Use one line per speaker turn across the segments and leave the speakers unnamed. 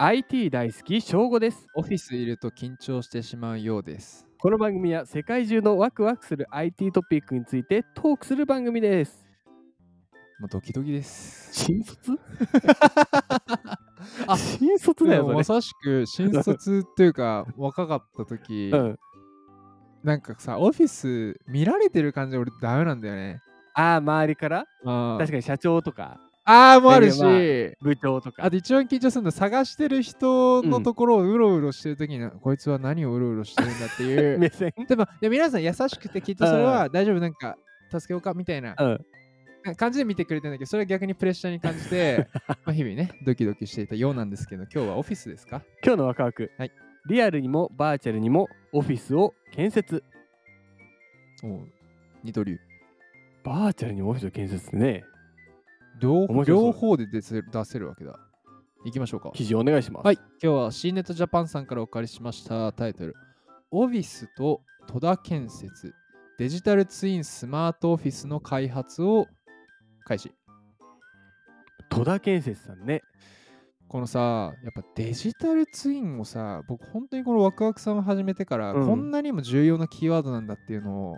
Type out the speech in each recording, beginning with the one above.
IT 大好き翔吾です
オフィスいると緊張してしまうようです。
この番組は世界中のワクワクする IT トピックについてトークする番組です
もうドキドキです。
新 卒
あ
新卒だよ
でもま
そ
さしく新卒っていうか 若かった時、
れ、うん、
なんかさオフィス見られてる感じ俺ダメなんだよね。
ああ周りから
あ
確かに社長とか
あーもあるし、
だけ部長とか
あと一番緊張するのは探してる人のところをうろうろしてる時に、こいつは何をうろうろしてるんだっていう。
目線
でもでも皆さん優しくてきっとそれは大丈夫なんか助けようかみたいな
うん
感じで見てくれてるんだけどそれは逆にプレッシャーに感じて まあ日々ねドキドキしていたようなんですけど今日はオフィスですか
今日のワクワク、
はい
リアルにもバーチャルにもオフィスを建設
お二刀流
バーチャルにもオフィスを建設ね
両
面白そう
両方で出せる出せるわけだいきましょうか
記事お願いします
はい今日は C ネットジャパンさんからお借りしましたタイトルオフィスと戸田建設デジタルツインスマートオフィスの開発を開始
戸田建設さんね
このさやっぱデジタルツインをさ僕本当にこのワクワクさんを始めてから、
うん
こんなにも重要なキーワードなんだっていうのを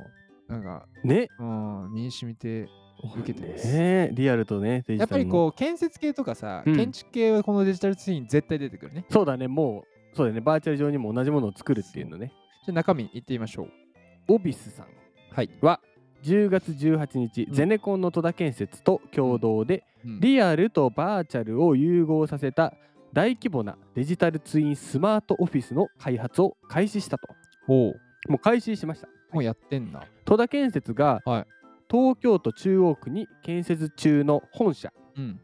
なんか、
ね
うん、身に染みて受けてます、
ねえリアルとねデジタルの
やっぱりこう建設系とかさ、
うん
建築系はこのデジタルツイン絶対出てくるね
そうだね、もう、そうだね、バーチャル上にも同じものを作るっていうのね。
じゃあ中身いってみましょう
オビスさん
はい、
は、10月18日、
うん
ゼネコンの戸田建設と共同で、
うん
リアルとバーチャルを融合させた大規模なデジタルツインスマートオフィスの開発を開始したと。
ほう
もう開始しました。
もうやってんな
戸田建設が、
はい
東京都中央区に建設中の本社、
うん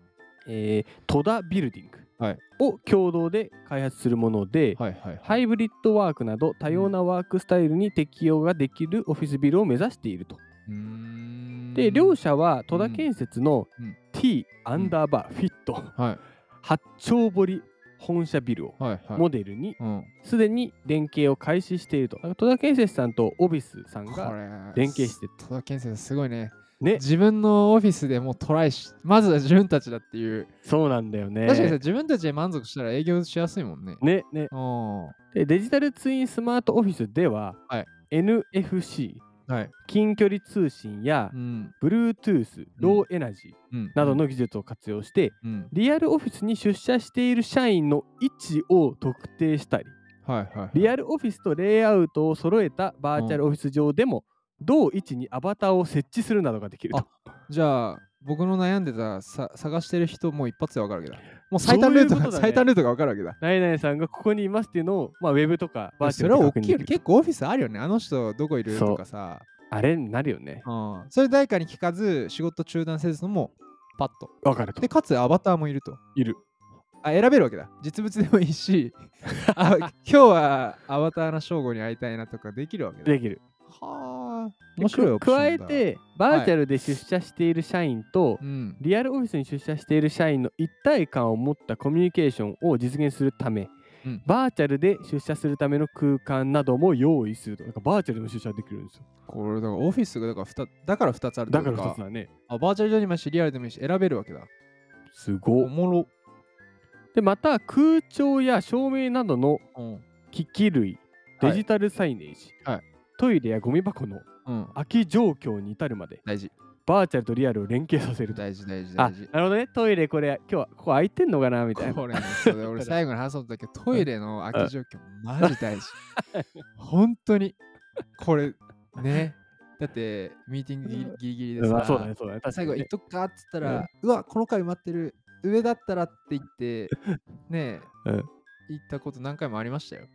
えー戸田ビルディング
はい
を共同で開発するもので、
はいはい
ハ
い
イブリッドワークなど多様なワークスタイルに適用ができるオフィスビルを目指していると。
うーん
で、両社は戸田建設の
うん
T アンダーバーフィット
はい
八丁堀本社ビルを
はいはい
モデルに
うん、
すでに連携を開始していると。だから戸田建設さんとオビスさん
こ
が
れ
連携して
戸田建設すごいね
ね、
自分のオフィスでもうトライしまずは自分たちだっていう
そうなんだよね。
確かにさ、自分たちで満足したら営業しやすいもんね。
ね、ね。
ああ。は
で、デジタルツインスマートオフィスでは、
はい
NFC、
い。
近距離通信や
う、ん。
Bluetooth、ローエナジー
うん。
などの技術を活用して、
うん。
リアルオフィスに出社している社員の位置を特定したり、
はいはいはい。
リアルオフィスとレイアウトを揃えたバーチャルオフィス上でも、同位置にアバターを設置するなどができると。
じゃあ、僕の悩んでたさ探してる人もう一発でわかるわけだ。もう
そうい
最
う
短ルート
こと
が、
だね
最短ルートがわかるわけだ。
ナイナイさんがここにいますっていうのを、まあ、ウェブとかバーチ
そ
ャ
れ
ル
は
で
大
確
きいよ
認
り
できる
結構オフィスあるよね。あの人どこいる
そう
とかさ。
あれになるよね。
うん。それ誰かに聞かず、仕事中断せずのもパッと。
わかると
で、。かつアバターもいると。
いる。
あ選べるわけだ。実物でもいい し、あ今日はアバターの正吾に会いたいなとかできるわけだ。
できる。
はあ。
で
面白い
く
オプショ
加
ンだ
え、て、バーチャルで出社している社員と、
うん。
リアルオフィスに出社している社員の一体感を持ったコミュニケーションを実現するため、
うん
バーチャルで出社するための空間なども用意すると。なんかバーチャルでも出社できるんですよ。
これだからオフィスがだから2だから二つあるって
だ
こ
か
と
ら一つだね。
あバーチャル上にもいいしリアルでもいいし選べるわけだ。
す
お
ごい。
もろ。
で、また空調や照明などの
うん。
機器類、デ
はい
ジタルサイネージ、
はい
トイレやゴミ箱の
うん。
空き状況に至るまで、
大事。
バーチャルとリアルを連携させると。
大事大事
あ
大事、。
なるほどね。トイレこれ、今日はここ空いてんのかなみたいな。
これね、そうだ俺最後に話そうとだけど、トイレの空き状況、マジ 大事。本当に。これ、ね。だって、ミーティングギリギリギリで
まあ
さ、
そうだね、そうだね。確か
最
に
後
ね
行っとくかっつった
う
ら、うわ、この回埋まってる。上だったらって 言って、ねえ、
うん
行ったこと何回もありましたよ。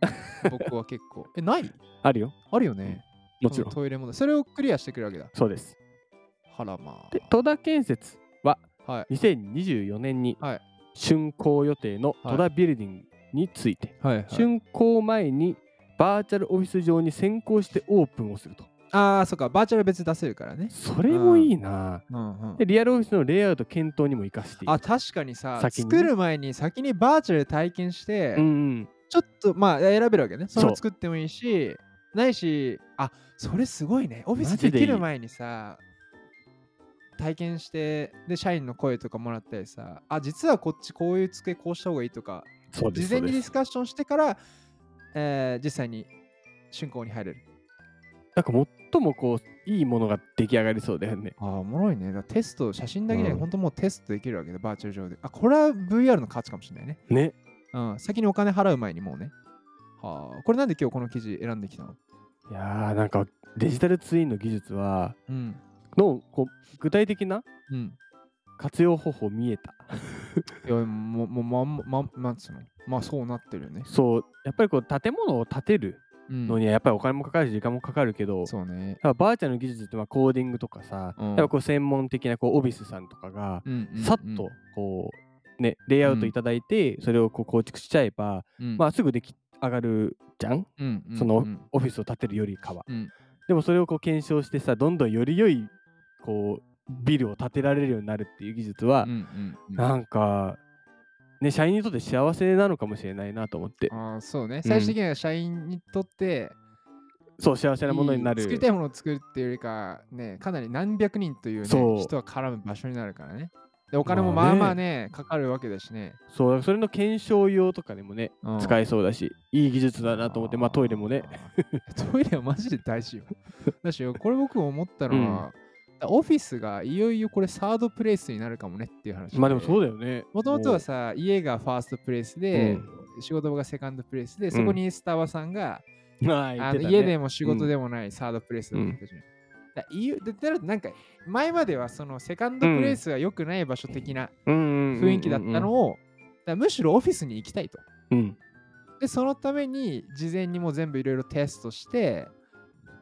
僕は結構。 え、ない
あるよ。
あるよね。
もちろん
こ。のトイレ問題。それをクリアしてくるわけだ。
そうです。
はらま
で戸田建設は
あ。はい。
2024年に
はい
竣工予定の戸田ビルディングについて、
はい、はい。
竣工前にバーチャルオフィス上に先行してオープンをすると
ああ、そっか。バーチャル別に出せるからね。
それもいいな、
うんうん
でリアルオフィスのレイアウト検討にも生かしている
あ確かにさ
先にね
作る前に先にバーチャルで体験して、
うんうん
ちょっとまあ選べるわけね
そう
その作ってもいいしないしあそれすごいねオフィ
マ
ス
ジ
で
でいい
きる前にさ体験してで社員の声とかもらったりさあ実はこっちこういう机こうした方がいいとか
そうです
事前に
そう
ディ
です
スカッションしてから、えー実際に竣工に入れる。
なんか最もこういいものが出来上がりそうだよね。
ああ、おもろいね。だからテスト、写真だけじゃな
うん
く本当もうテストできるわけで、バーチャル上で。あ、これは VR の価値かもしれないね。
ね。
うん、先にお金払う前にもうね。はあ、これなんで今日この記事選んできたの
いやーなんかデジタルツインの技術は
うん。
のこう具体的な
うん。
活用方法見えた。
いや、もう、もう、まん、まん、なんつうのまあ、そうなってるよね。
そうやっぱりこう建物を建てる
うん。
のにはやっぱりお金もかかるし時間もかかるけど、
そうね。
やっぱバーチャルの技術ってまあコーディングとかさ、
うん
やっぱこう専門的なこうオビスさんとかが
うんうんうん
さっとこうねレイアウトいただいてそれをこう構築しちゃえば、
うん
まあすぐ出来上がるじゃん
うんうん
その
うん
オフィスを建てるよりかは。
うん
でもそれをこう検証してさどんどんより良いこうビルを建てられるようになるっていう技術は、
うんうんうん
なんかね社員にとって幸せなのかもしれないなと思って
あーそうね。最終的には社員にとって、
そう幸せなものにないる
い作りたいものを作るっていうよりか、ね、かなり何百人という,、ね、
そう
人が絡む場所になるからね。で、お金も
ま
ま
あ
あ
ね
まあね、かかるわけだしね。
そうだからそれの検証用とかでもね、
うん
使えそうだしいい技術だなと思ってまあトイレもね。
あー トイレはマジで大事よ。だし、これ僕思ったのは、だオフィスがいよいよこれサードプレイスになるかもねっていう話。
まあでもそう
う
だよね
もともとはさ、家がファーストプレイスで、仕事場がセカンドプレイスで、そこにスタバさんが、
もうはい言っ
あ
て
の
たね
家でも仕事でもないサードプレイスだ
う
っ
ん
たじゃん。だいうだだからなんか前まではそのセカンドプレイスが良くない場所的な
雰
雰囲気だったのを、だからむしろオフィスに行きたいと。
うん
で、そのために事前にもう全部いろいろテストして、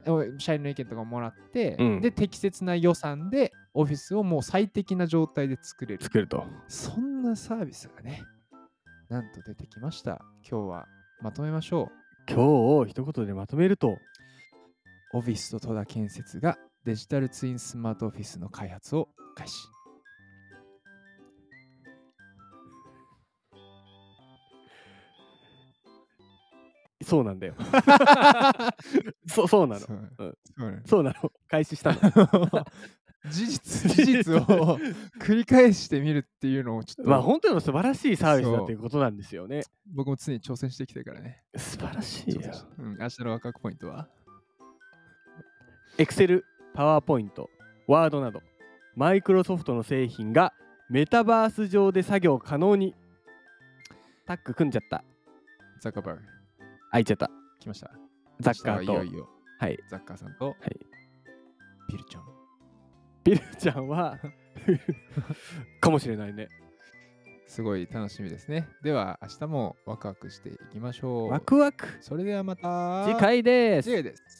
お社員の意見とかもらって、
うん
で、適切な予算でオフィスをもう最適な状態で作れる。
作ると
そんなサービスがね、なんと出てきました。今日はまとめましょう。
今日を一言でまとめると
オフィスと戸田建設がデジタルツインスマートオフィスの開発を開始。
そうなんだ よそうそうなの
そう
うん
そ うね
そうなの開始したの
事実 事実を繰り返してみるっていうのをちょ っと、
まあ本当に素晴らしいサービスだということなんですよね
僕も常に挑戦していきたいからね。
素晴らしい
挑戦しうん、明日のワクワクポイントは
エクセル、パワーポイント、ワードなど、マイクロソフトの製品がメタバース上で作業可能に。タック組んじゃった。
ザッカーバーグ
開いちゃった。
来ました。
ザッカーと。
明日
は
はいよいよ
い。
ザッカーさんと、
い
ビルちゃん。
ビルちゃんは かもしれないね。
すごい楽しみですね。では明日もワクワクしていきましょう。
ワクワク。
それではまた
次回です
次。回です。